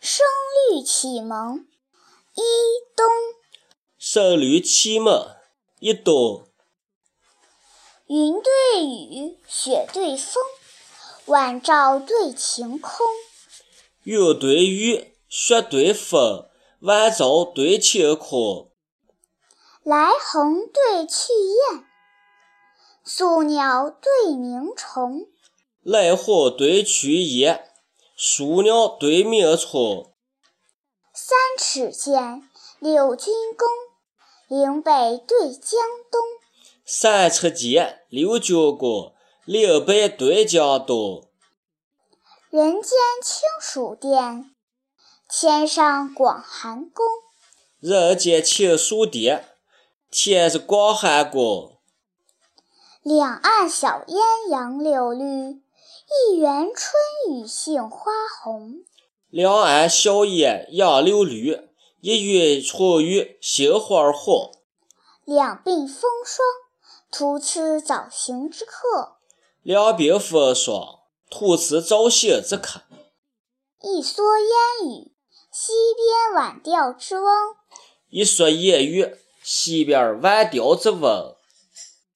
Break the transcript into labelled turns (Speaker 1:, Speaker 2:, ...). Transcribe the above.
Speaker 1: 声律启蒙一东，
Speaker 2: 声律启蒙一东，
Speaker 1: 云对雨，雪对风，晚照对晴空。
Speaker 2: 月对雨，雪对风，晚照对晴空。
Speaker 1: 来鸿对去雁，宿鸟对鸣虫。
Speaker 2: 来鸿对去雁，宿鸟对鸣虫。
Speaker 1: 三尺剑，六钧弓，岭北对江东。
Speaker 2: 三尺剑，六钧弓，岭北对江东。
Speaker 1: 人间清暑殿，天上广寒宫。
Speaker 2: 人间清暑殿。天是光寒宫，
Speaker 1: 两岸小烟杨柳绿，一园春雨杏花红。
Speaker 2: 两岸小烟杨柳绿，一园春雨杏花红。
Speaker 1: 两鬓风霜，徒次早行之客；
Speaker 2: 两鬓风霜，徒次早行之客。
Speaker 1: 一蓑烟雨，溪边晚钓之翁。
Speaker 2: 一蓑烟雨。西边晚钓之翁。